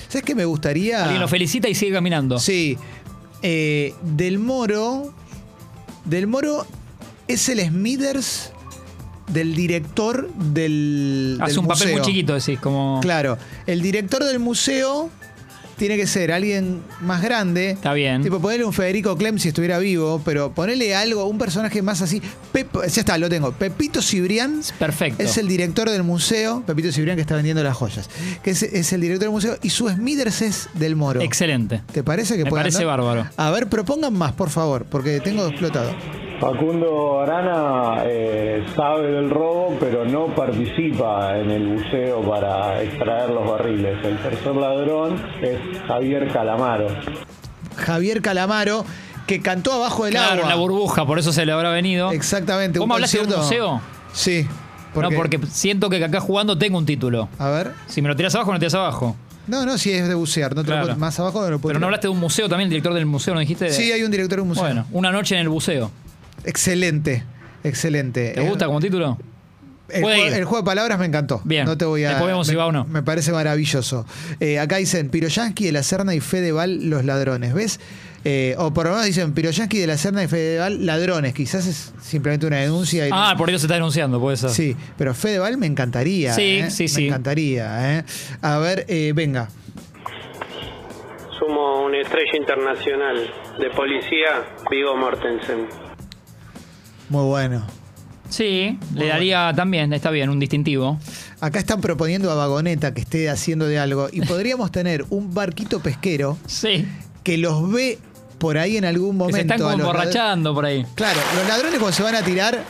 Speaker 4: ¿Sabes qué me gustaría?
Speaker 5: Alguien lo felicita y sigue caminando.
Speaker 4: Ah. Sí. Eh, del Moro. Del Moro es el Smithers del director del.
Speaker 5: Hace
Speaker 4: del
Speaker 5: un papel muy
Speaker 4: museo.
Speaker 5: chiquito, decís, como.
Speaker 4: Claro. El director del museo tiene que ser alguien más grande.
Speaker 5: Está bien.
Speaker 4: Tipo, ponerle un Federico Clem si estuviera vivo, pero ponerle algo, un personaje más así. Pep- ya está, lo tengo. Pepito Cibrián.
Speaker 5: Perfecto.
Speaker 4: Es el director del museo, Pepito Cibrián, que está vendiendo las joyas. Que es, es el director del museo y su Smithers es del Moro.
Speaker 5: Excelente.
Speaker 4: ¿Te parece que
Speaker 5: Me
Speaker 4: puede
Speaker 5: parece
Speaker 4: andar?
Speaker 5: bárbaro.
Speaker 4: A ver, propongan más, por favor, porque tengo explotado.
Speaker 10: Facundo Arana eh, sabe del robo, pero no participa en el buceo para extraer los barriles. El tercer ladrón es Javier Calamaro.
Speaker 4: Javier Calamaro, que cantó abajo del
Speaker 5: Claro,
Speaker 4: agua.
Speaker 5: la burbuja, por eso se le habrá venido.
Speaker 4: Exactamente.
Speaker 5: ¿Vos
Speaker 4: un
Speaker 5: me hablaste de un
Speaker 4: concierto-
Speaker 5: museo?
Speaker 4: Sí.
Speaker 5: No, porque siento que acá jugando tengo un título.
Speaker 4: A ver.
Speaker 5: Si me lo tirás abajo, no lo tirás abajo.
Speaker 4: No, no, si es de bucear. No te lo
Speaker 5: Claro.
Speaker 4: puedo- más abajo no lo puedo
Speaker 5: Pero no
Speaker 4: tirar.
Speaker 5: hablaste de un museo también, el director del museo, ¿no dijiste?
Speaker 4: Sí, hay un director de un museo.
Speaker 5: Bueno, una noche en el buceo.
Speaker 4: Excelente. Excelente.
Speaker 5: ¿Te
Speaker 4: Eh,
Speaker 5: gusta como título?
Speaker 4: El,
Speaker 5: Puede
Speaker 4: juego,
Speaker 5: ir.
Speaker 4: el juego de palabras me encantó.
Speaker 5: Bien.
Speaker 4: No te voy a.
Speaker 5: Después vemos si
Speaker 4: me-
Speaker 5: va o no.
Speaker 4: Me parece maravilloso. Eh, acá dicen Piroyansky de la Serna y Fedeval los ladrones. ¿Ves? Eh, o por lo menos dicen Piroyansky de la Serna y Fedeval ladrones. Quizás es simplemente una denuncia. Y
Speaker 5: Ah, por ello se está denunciando, puede ser.
Speaker 4: eh, Sí, pero Fedeval me encantaría.
Speaker 5: Sí,
Speaker 4: ¿eh?
Speaker 5: sí,
Speaker 4: Me
Speaker 5: sí.
Speaker 4: encantaría. ¿eh? A ver, eh, venga.
Speaker 10: Sumo una estrella internacional de policía, Vigo Mortensen.
Speaker 4: Muy bueno.
Speaker 5: Sí, le daría también, está bien, un distintivo.
Speaker 4: Acá están proponiendo a Vagoneta que esté haciendo de algo y podríamos tener un barquito pesquero
Speaker 5: Sí.
Speaker 4: que los ve por ahí en algún
Speaker 5: Que
Speaker 4: momento.
Speaker 5: se están como
Speaker 4: a los
Speaker 5: emborrachando por ahí.
Speaker 4: ladr- Claro, los ladrones cuando se van a tirar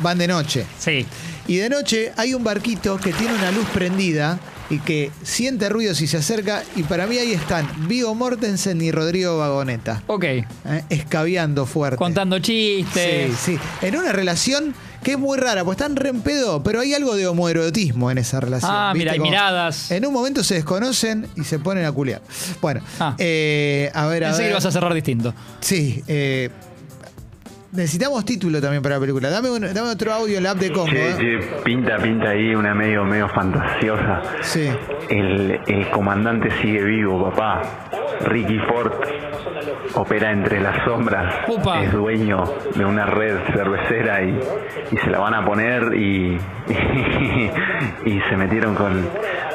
Speaker 4: van de noche.
Speaker 5: Sí.
Speaker 4: Y de noche hay un barquito que tiene una luz prendida y que siente ruido si se acerca. Y para mí ahí están Vigo Mortensen y Rodrigo Vagoneta.
Speaker 5: Ok.
Speaker 4: ¿eh? Escabeando fuerte.
Speaker 5: Contando
Speaker 4: Sí,
Speaker 5: chistes.
Speaker 4: sí. En una relación que es muy rara, pues están re en pedo, pero hay algo de homoerotismo en esa relación.
Speaker 5: Ah,
Speaker 4: ¿viste?
Speaker 5: mira, hay
Speaker 4: Como-
Speaker 5: miradas.
Speaker 4: En un momento se desconocen y se ponen a culiar. Bueno,
Speaker 5: Ah.
Speaker 4: eh, a ver, a
Speaker 5: Pensé que
Speaker 4: ver.
Speaker 5: lo vas a cerrar distinto.
Speaker 4: Sí, eh, necesitamos título también para la película. Dame, un- dame otro audio en la app de Congo.
Speaker 11: Che,
Speaker 4: ¿eh?
Speaker 11: che, pinta, pinta ahí una medio, medio fantasiosa.
Speaker 4: Sí.
Speaker 11: El, el comandante sigue vivo, papá. Ricky Ford opera entre las sombras.
Speaker 5: Upa.
Speaker 11: Es dueño de una red cervecera y, y se la van a poner y, y se metieron con,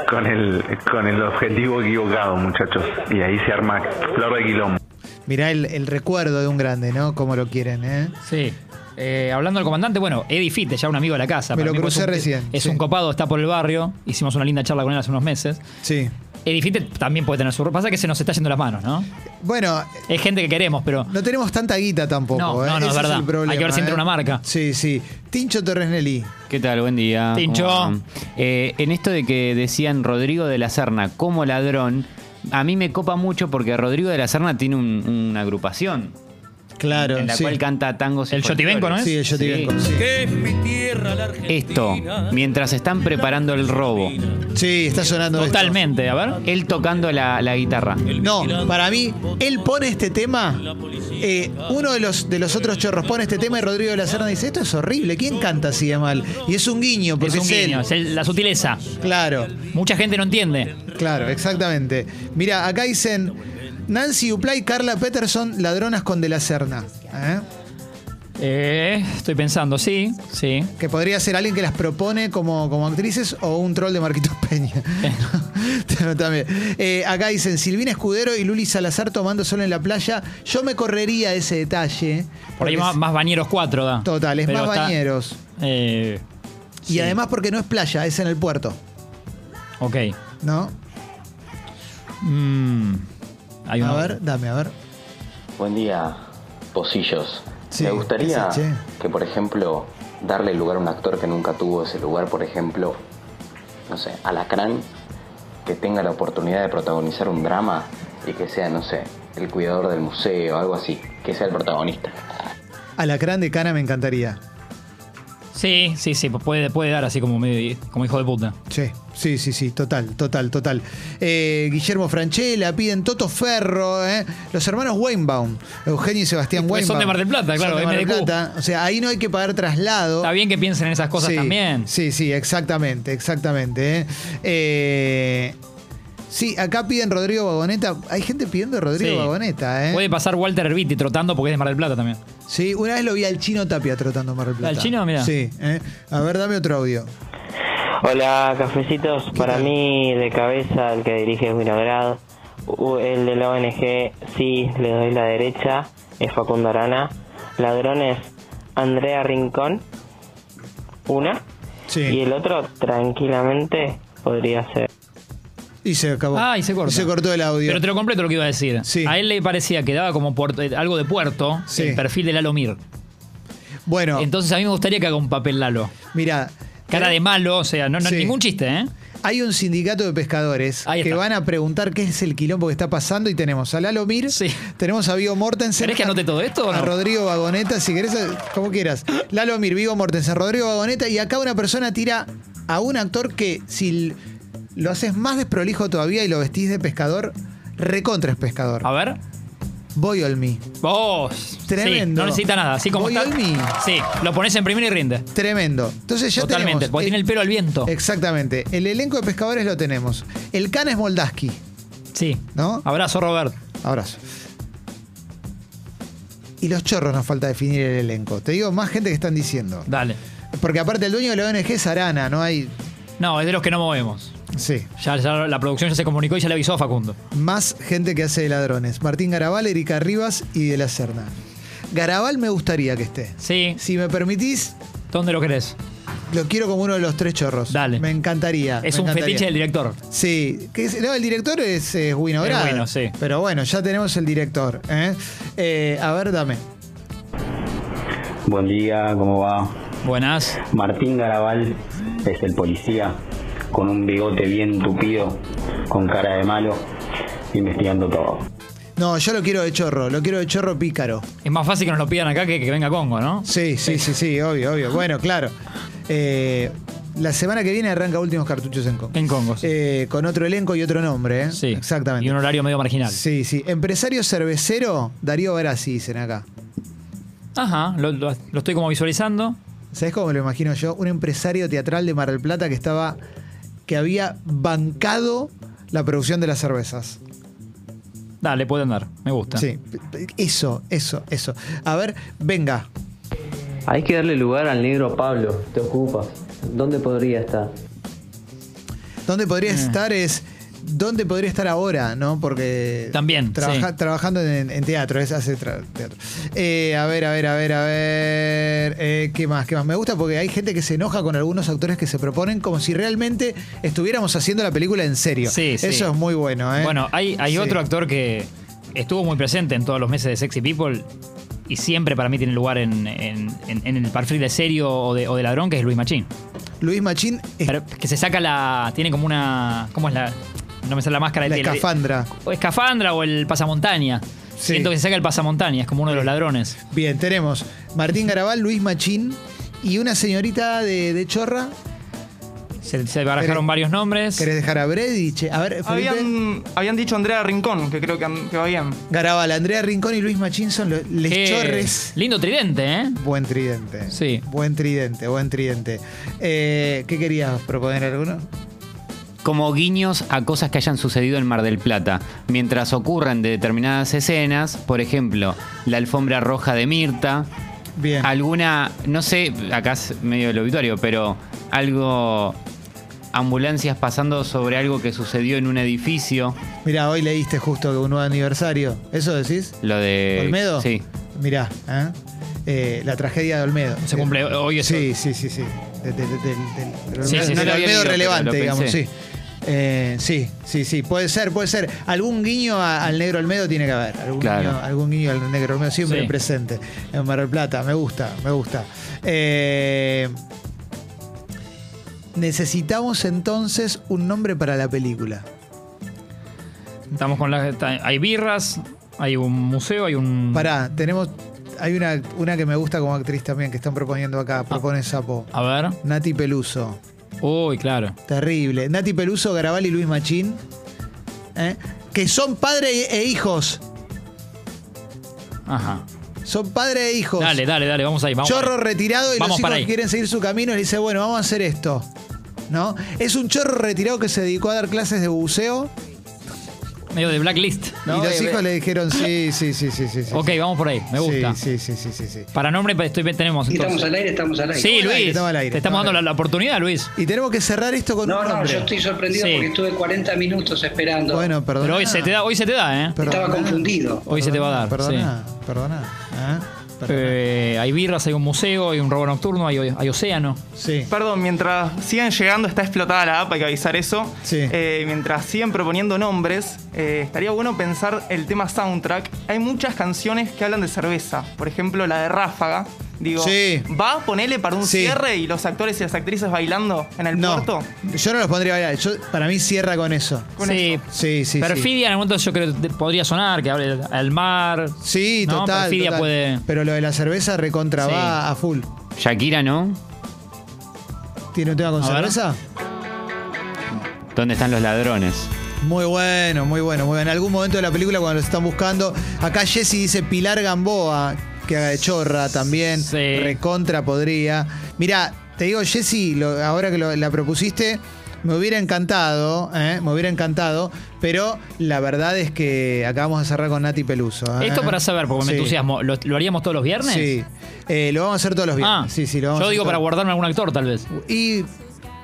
Speaker 11: con, el, con el objetivo equivocado, muchachos. Y ahí se arma flor de quilombo.
Speaker 4: Mirá el, el recuerdo de un grande, ¿no? Como lo quieren, ¿eh?
Speaker 5: Sí. Eh, hablando del comandante, bueno, Eddie Fitte, ya un amigo de la casa.
Speaker 4: Me
Speaker 5: para
Speaker 4: lo
Speaker 5: mí
Speaker 4: crucé
Speaker 5: es un-
Speaker 4: recién,
Speaker 5: Es
Speaker 4: sí.
Speaker 5: un copado, está por el barrio. Hicimos una linda charla con él hace unos meses.
Speaker 4: Sí.
Speaker 5: Eddie Fitte también puede tener su ropa. Pasa que se nos está yendo las manos, ¿no?
Speaker 4: Bueno,
Speaker 5: Es gente que queremos, pero.
Speaker 4: no tenemos tanta guita tampoco.
Speaker 5: No,
Speaker 4: ¿eh?
Speaker 5: no, no, es
Speaker 4: Ese
Speaker 5: verdad.
Speaker 4: el problema,
Speaker 5: Hay que ver si entra
Speaker 4: ¿eh?
Speaker 5: una marca.
Speaker 4: Sí, sí. Tincho Torres Nelly.
Speaker 9: ¿Qué tal? Buen día.
Speaker 5: Tincho.
Speaker 9: ¿Cómo van? Eh, en esto de que decían Rodrigo de la Serna como ladrón, a mí me copa mucho porque Rodrigo de la Serna tiene un- una agrupación
Speaker 4: Claro,
Speaker 9: en la
Speaker 4: sí.
Speaker 9: cual canta tangos y
Speaker 5: El
Speaker 9: folclores.
Speaker 5: Yotibenco, ¿no es?
Speaker 4: Sí, el Yotibenco,
Speaker 9: Sí.
Speaker 4: sí.
Speaker 9: Esto, mientras están preparando el robo,
Speaker 4: Sí, está sonando esto.
Speaker 5: Totalmente, a ver.
Speaker 9: él tocando la, la guitarra.
Speaker 4: No, para mí, él pone este tema. eh, uno de los, de los otros chorros pone este tema y Rodrigo de la Serna dice: Esto es horrible, ¿quién canta así de mal? Y es un guiño, porque
Speaker 5: es
Speaker 4: es,
Speaker 5: un guiño,
Speaker 4: él.
Speaker 5: es el- la sutileza.
Speaker 4: Claro,
Speaker 5: Mucha gente no entiende.
Speaker 4: claro, exactamente. Mira, acá dicen: Nancy Uplay, Carla Peterson, ladronas con de la Serna. ¿eh?
Speaker 5: Eh, estoy pensando, sí, sí.
Speaker 4: Que podría ser alguien que las propone como, como actrices o un troll de Marquitos Peña. No, También. Eh, acá dicen Silvina Escudero y Luli Salazar tomando sol en la playa. Yo me correría ese detalle.
Speaker 5: Por
Speaker 4: porque
Speaker 5: ahí más,
Speaker 4: es-
Speaker 5: más bañeros 4 da.
Speaker 4: Total, es
Speaker 5: Pero
Speaker 4: más
Speaker 5: está-
Speaker 4: bañeros.
Speaker 5: Eh,
Speaker 4: Y además porque no es playa, es en el puerto,
Speaker 5: ok.
Speaker 4: ¿no?
Speaker 5: Mm, hay
Speaker 4: A
Speaker 5: una-
Speaker 4: ver, dame, a ver.
Speaker 12: Buen día, Pocillos.
Speaker 4: Sí,
Speaker 12: ¿Te gustaría
Speaker 4: ¿qué este? haces,
Speaker 12: que, por ejemplo, darle lugar a un actor que nunca tuvo ese lugar, por ejemplo, no sé, Alacrán, que tenga la oportunidad de protagonizar un drama y que sea, no sé, el cuidador del museo, algo así, que sea el protagonista?
Speaker 4: Alacrán de Cana me encantaría.
Speaker 5: Sí, sí, sí, pues puede, puede dar así como, medio- como hijo de puta.
Speaker 4: Sí, sí, sí, sí, total, total, total. Eh, Guillermo Franchella, piden Toto Ferro, ¿eh? los hermanos Weinbaum, Eugenio y Sebastián
Speaker 5: Porque
Speaker 4: Weinbaum.
Speaker 5: son de Mar del Plata, claro,
Speaker 4: Son de Mar del
Speaker 5: MDQ.
Speaker 4: Plata. O sea, ahí no hay que pagar traslado.
Speaker 5: Está bien que piensen en esas cosas
Speaker 4: Sí,
Speaker 5: también.
Speaker 4: Sí, sí, exactamente, exactamente. ¿eh? Eh, sí, acá piden Rodrigo Vagoneta. Hay gente pidiendo Rodrigo
Speaker 5: Sí.
Speaker 4: Vagoneta, ¿eh?
Speaker 5: Puede pasar Walter Erviti trotando porque es de Mar del Plata también.
Speaker 4: Sí, una vez lo vi al chino Tapia tratando Mar del Plata.
Speaker 5: ¿Al Chino? Mirá.
Speaker 4: Sí. ¿eh? A ver, dame otro audio.
Speaker 13: Hola, cafecitos. Para
Speaker 4: tal?
Speaker 13: mí, de cabeza, el que dirige es Winograd. U- El de la ONG, sí, le doy la derecha. Es Facundo Arana. Ladrones, Andrea Rincón. Una.
Speaker 4: Sí.
Speaker 13: Y el otro, tranquilamente, podría ser.
Speaker 4: Y se acabó.
Speaker 5: Ah, y se corta.
Speaker 4: Y se cortó el audio.
Speaker 5: Pero te lo completo lo que iba a decir.
Speaker 4: Sí.
Speaker 5: A él le parecía que daba como puerto- eh, algo de puerto
Speaker 4: Sí.
Speaker 5: el perfil de Lalo Mir.
Speaker 4: Bueno,
Speaker 5: Entonces a mí me gustaría que haga un papel Lalo.
Speaker 4: mira.
Speaker 5: Cara de malo, o sea, no, no
Speaker 4: Sí.
Speaker 5: ningún chiste,
Speaker 4: eh,
Speaker 5: ¿eh?
Speaker 4: Hay un sindicato de pescadores
Speaker 5: Ahí
Speaker 4: que
Speaker 5: está.
Speaker 4: van a preguntar qué es el quilombo que está pasando y tenemos a Lalo Mir,
Speaker 5: Sí.
Speaker 4: tenemos a Vigo Mortensen.
Speaker 5: ¿Querés que anote todo esto o
Speaker 4: A
Speaker 5: no?
Speaker 4: Rodrigo Vagoneta, si querés, eh, como quieras. Lalo Mir, Vigo Mortensen, Rodrigo Vagoneta y acá una persona tira a un actor que si l- lo haces más desprolijo todavía y lo vestís de pescador, recontra es pescador.
Speaker 5: A ver.
Speaker 4: Voy al mí.
Speaker 5: Vos. Sí,
Speaker 4: Tremendo.
Speaker 5: no necesita nada. Así como
Speaker 4: Voy
Speaker 5: está.
Speaker 4: al mí.
Speaker 5: Sí, lo pones en primero y rinde.
Speaker 4: Tremendo. Entonces ya
Speaker 5: Totalmente.
Speaker 4: tenemos.
Speaker 5: Porque
Speaker 4: eh,
Speaker 5: tiene el pelo al viento.
Speaker 4: Exactamente. El elenco de pescadores lo tenemos. El can es Moldaski.
Speaker 5: Sí.
Speaker 4: ¿No?
Speaker 5: Abrazo, Robert.
Speaker 4: Abrazo. Y los chorros nos falta definir el elenco. Te digo, más gente que están diciendo.
Speaker 5: Dale.
Speaker 4: Porque aparte el dueño de la ONG es Arana, no hay.
Speaker 5: No, es de los que no movemos.
Speaker 4: Sí.
Speaker 5: Ya, ya la producción ya se comunicó y ya le avisó a Facundo.
Speaker 4: Más gente que hace de ladrones. Martín Garabal, Erika Rivas y de la Serna. Garabal me gustaría que esté.
Speaker 5: Sí.
Speaker 4: Si me permitís,
Speaker 5: ¿Dónde lo querés?
Speaker 4: lo quiero como uno de los tres chorros.
Speaker 5: Dale.
Speaker 4: Me encantaría.
Speaker 5: Es
Speaker 4: Ah, me
Speaker 5: un
Speaker 4: encantaría.
Speaker 5: fetiche del director.
Speaker 4: Sí, que es- no, el director es, eh,
Speaker 5: Es
Speaker 4: Winograd.
Speaker 5: Wino, sí.
Speaker 4: Pero bueno, ya tenemos el director. ¿eh? Eh, a ver, dame.
Speaker 14: Buen día, ¿cómo va?
Speaker 5: Buenas.
Speaker 14: Martín Garabal es el policía, con un bigote bien tupido, con cara de malo, investigando todo.
Speaker 4: No, yo lo quiero de chorro, lo quiero de chorro pícaro.
Speaker 5: Es más fácil que nos lo pidan acá que que venga Congo, ¿no?
Speaker 4: Sí, sí, sí, sí, obvio, obvio. Bueno, claro. Eh, la semana que viene arranca Últimos Cartuchos en Congo.
Speaker 5: En Congo. sí.
Speaker 4: Eh, con otro elenco y otro nombre, ¿eh? Sí. Exactamente.
Speaker 5: Y un horario medio marginal.
Speaker 4: Sí, sí. Empresario cervecero, Darío Barassi, dicen acá.
Speaker 5: Ajá, lo, lo- lo estoy como visualizando.
Speaker 4: ¿Sabes cómo me lo imagino yo? Un empresario teatral de Mar del Plata que estaba. que había bancado la producción de las cervezas.
Speaker 5: Dale, puede andar. Me gusta.
Speaker 4: Sí. Eso, eso, eso. A ver, venga.
Speaker 15: Hay que darle lugar al negro Pablo, te ocupas. ¿Dónde podría estar?
Speaker 4: ¿Dónde
Speaker 5: Eh.
Speaker 4: podría estar es. ¿Dónde podría estar ahora, no? Porque.
Speaker 5: También,
Speaker 4: trabaja-
Speaker 5: sí.
Speaker 4: Trabajando en, en teatro, es, hace tra- teatro. Eh, a ver, a ver, a ver, a ver. eh, ¿Qué más? ¿Qué más? Me gusta porque hay gente que se enoja con algunos actores que se proponen como si realmente estuviéramos haciendo la película en serio.
Speaker 5: Sí, sí.
Speaker 4: Eso es muy bueno, ¿eh?
Speaker 5: Bueno, hay, hay
Speaker 4: Sí.
Speaker 5: otro actor que estuvo muy presente en todos los meses de Sexy People y siempre para mí tiene lugar en, en- en- en el perfil de serio o de, o de ladrón, que es Luis Machín.
Speaker 4: Luis Machín.
Speaker 5: Pero que se saca la. Tiene como una. ¿Cómo es la.? No me sale la máscara.
Speaker 4: La
Speaker 5: el- el-
Speaker 4: escafandra.
Speaker 5: O escafandra o el pasamontaña. Siento que se saca el pasamontaña, es como uno de los ladrones.
Speaker 4: Bien, tenemos Martín Garabal, Luis Machín y una señorita de, de Chorra.
Speaker 5: Se, se barajaron varios nombres.
Speaker 4: ¿Querés dejar a Bredich? A ver, Felipe.
Speaker 7: Habían, habían dicho Andrea Rincón, que creo que, que va bien.
Speaker 4: Garabal, Andrea Rincón y Luis Machín son los les
Speaker 5: Qué
Speaker 4: chorres.
Speaker 5: Lindo tridente, ¿eh?
Speaker 4: Buen tridente.
Speaker 5: Sí.
Speaker 4: Buen tridente, buen tridente. Eh, ¿Qué querías proponer alguno?
Speaker 9: como guiños a cosas que hayan sucedido en Mar del Plata. Mientras ocurran de determinadas escenas, por ejemplo, la alfombra roja de Mirta.
Speaker 4: Bien.
Speaker 9: Alguna, no sé, acá es medio el obituario, pero algo. Ambulancias pasando sobre algo que sucedió en un edificio.
Speaker 4: Mirá, hoy leíste justo que un nuevo aniversario. ¿Eso decís?
Speaker 9: Lo de.
Speaker 4: ¿Olmedo?
Speaker 9: Eh, Sí.
Speaker 4: Mirá, ¿eh? Eh, la tragedia de Olmedo.
Speaker 5: Se cumple hoy eso.
Speaker 4: Sí, sí, sí, sí. De- de- de- del- del- del
Speaker 5: Sí,
Speaker 4: Olmedo-
Speaker 5: sí,
Speaker 4: no,
Speaker 5: sí, lo
Speaker 4: el
Speaker 5: había
Speaker 4: Olmedo
Speaker 5: leído, pero
Speaker 4: relevante,
Speaker 5: lo
Speaker 4: digamos,
Speaker 5: pensé.
Speaker 4: sí. Eh, sí, sí, sí, puede ser, puede ser. Algún guiño a- al negro Olmedo tiene que haber. Algún,
Speaker 9: Claro.
Speaker 4: guiño, algún guiño al negro Olmedo siempre
Speaker 9: Sí.
Speaker 4: presente en Mar del Plata. Me gusta, me gusta. Eh, necesitamos entonces un nombre para la película.
Speaker 5: Estamos con las. está- Hay birras, hay un museo, hay un.
Speaker 4: Pará, tenemos. Hay una, una que me gusta como actriz también que están proponiendo
Speaker 5: Ah.
Speaker 4: acá. Propone Sapo.
Speaker 5: A ver.
Speaker 4: Nati Peluso.
Speaker 5: Uy, claro.
Speaker 4: Terrible. Nati Peluso, Garabal y Luis Machín. ¿eh? Que son padre e hijos.
Speaker 5: Ajá.
Speaker 4: Son padre e hijos.
Speaker 5: Dale, dale, dale, vamos ahí. Vamos
Speaker 4: chorro retirado y
Speaker 5: Vamos
Speaker 4: los hijos
Speaker 5: para
Speaker 4: que
Speaker 5: ahí.
Speaker 4: quieren seguir su camino y dice, bueno, vamos a hacer esto. ¿No? Es un chorro retirado que se dedicó a dar clases de buceo.
Speaker 5: Medio de blacklist. ¿no?
Speaker 4: y los
Speaker 5: Eh,
Speaker 4: hijos
Speaker 5: eh,
Speaker 4: le dijeron, sí, sí, sí, sí, sí. sí,
Speaker 5: Ok,
Speaker 4: sí".
Speaker 5: vamos por ahí, me gusta.
Speaker 4: Sí, sí, sí, sí, sí. sí.
Speaker 5: Para nombre estoy, tenemos.
Speaker 4: Y estamos
Speaker 5: entonces.
Speaker 4: al aire, estamos al aire.
Speaker 5: Sí,
Speaker 4: Estamos al aire,
Speaker 5: Luis.
Speaker 4: estamos al aire,
Speaker 5: te estamos
Speaker 4: estamos
Speaker 5: dando
Speaker 4: al
Speaker 5: la,
Speaker 4: aire.
Speaker 5: la oportunidad, Luis.
Speaker 4: Y tenemos que cerrar esto con
Speaker 16: No,
Speaker 4: un
Speaker 16: no,
Speaker 4: nombre.
Speaker 16: yo estoy sorprendido
Speaker 5: Sí.
Speaker 16: porque estuve 40 minutos esperando.
Speaker 4: Bueno, perdón.
Speaker 5: Pero hoy se te da, hoy se te da, ¿eh?
Speaker 16: Estaba confundido.
Speaker 5: Hoy se te va a dar.
Speaker 4: Perdona,
Speaker 5: sí.
Speaker 4: perdona.
Speaker 5: Eh, hay birras, hay un museo, hay un robo nocturno, hay, hay océano.
Speaker 4: Sí.
Speaker 7: Perdón, mientras sigan llegando, está explotada la app, hay que avisar eso. Eh, mientras sigan proponiendo nombres, eh, estaría bueno pensar el tema soundtrack. Hay muchas canciones que hablan de cerveza. Por ejemplo, la de Ráfaga. Digo,
Speaker 4: Sí.
Speaker 7: ¿va a ponerle para un
Speaker 4: Sí.
Speaker 7: cierre y los actores y las actrices bailando en el
Speaker 4: No,
Speaker 7: puerto?
Speaker 4: yo no los pondría a bailar. Yo, para mí cierra con eso.
Speaker 5: sí.
Speaker 4: Sí, sí, sí.
Speaker 5: Perfidia en algún momento yo creo que podría sonar, que hable al mar.
Speaker 4: Sí,
Speaker 5: ¿no?
Speaker 4: total.
Speaker 5: Perfidia
Speaker 4: total.
Speaker 5: puede.
Speaker 4: Pero lo de la cerveza recontra
Speaker 5: Sí.
Speaker 4: va a full.
Speaker 9: Shakira, ¿no?
Speaker 4: ¿Tiene un tema con
Speaker 9: A ver.
Speaker 4: cerveza?
Speaker 9: ¿Dónde están los ladrones?
Speaker 4: Muy bueno, muy bueno, muy bueno. En algún momento de la película cuando los están buscando. Acá Jesse dice Pilar Gamboa, que haga de chorra también. Recontra podría. Mirá, te digo, Jesse, lo- ahora que lo- la propusiste, me hubiera encantado, ¿eh? me hubiera encantado, pero la verdad es que acabamos de cerrar con Nati Peluso. ¿eh?
Speaker 5: Esto para saber, porque me
Speaker 4: Sí.
Speaker 5: entusiasmo. ¿Lo, lo haríamos todos los viernes?
Speaker 4: Sí. Eh, lo vamos a hacer todos los viernes.
Speaker 5: Ah,
Speaker 4: sí, sí, lo vamos a
Speaker 5: yo
Speaker 4: hacer
Speaker 5: digo para
Speaker 4: todos-
Speaker 5: guardarme algún actor, tal vez.
Speaker 4: Y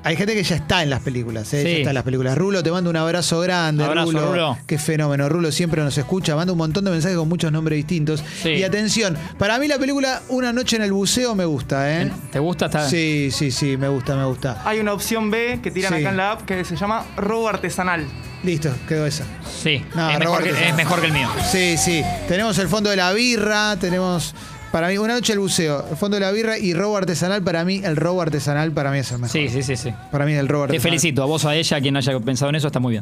Speaker 4: hay gente que ya está en las películas, ¿eh?
Speaker 5: Sí.
Speaker 4: ya está en las películas. Rulo, te mando un abrazo grande.
Speaker 5: Abrazo,
Speaker 4: Rulo.
Speaker 5: Rulo.
Speaker 4: Qué fenómeno. Rulo siempre nos escucha, manda un montón de mensajes con muchos nombres distintos. Y atención, para mí la película Una noche en el buceo me gusta, ¿eh?
Speaker 5: ¿Te gusta? Está-
Speaker 4: Sí, sí, sí, me gusta, me gusta.
Speaker 7: Hay una opción B que tiran
Speaker 4: Sí.
Speaker 7: acá en la app que se llama robo artesanal.
Speaker 4: Listo, quedó esa.
Speaker 5: Sí,
Speaker 4: No,
Speaker 5: es, mejor
Speaker 4: Roberto,
Speaker 5: que,
Speaker 4: sí.
Speaker 5: es mejor que el mío.
Speaker 4: Sí, sí. Tenemos el fondo de la birra, tenemos Para mí, una noche el buceo, el fondo de la birra y robo artesanal. Para mí, el robo artesanal para mí es el mejor.
Speaker 5: Sí, sí, sí, sí.
Speaker 4: Para mí, el robo
Speaker 5: Te
Speaker 4: artesanal.
Speaker 5: felicito a vos, a ella, a quien haya pensado en eso, está muy bien.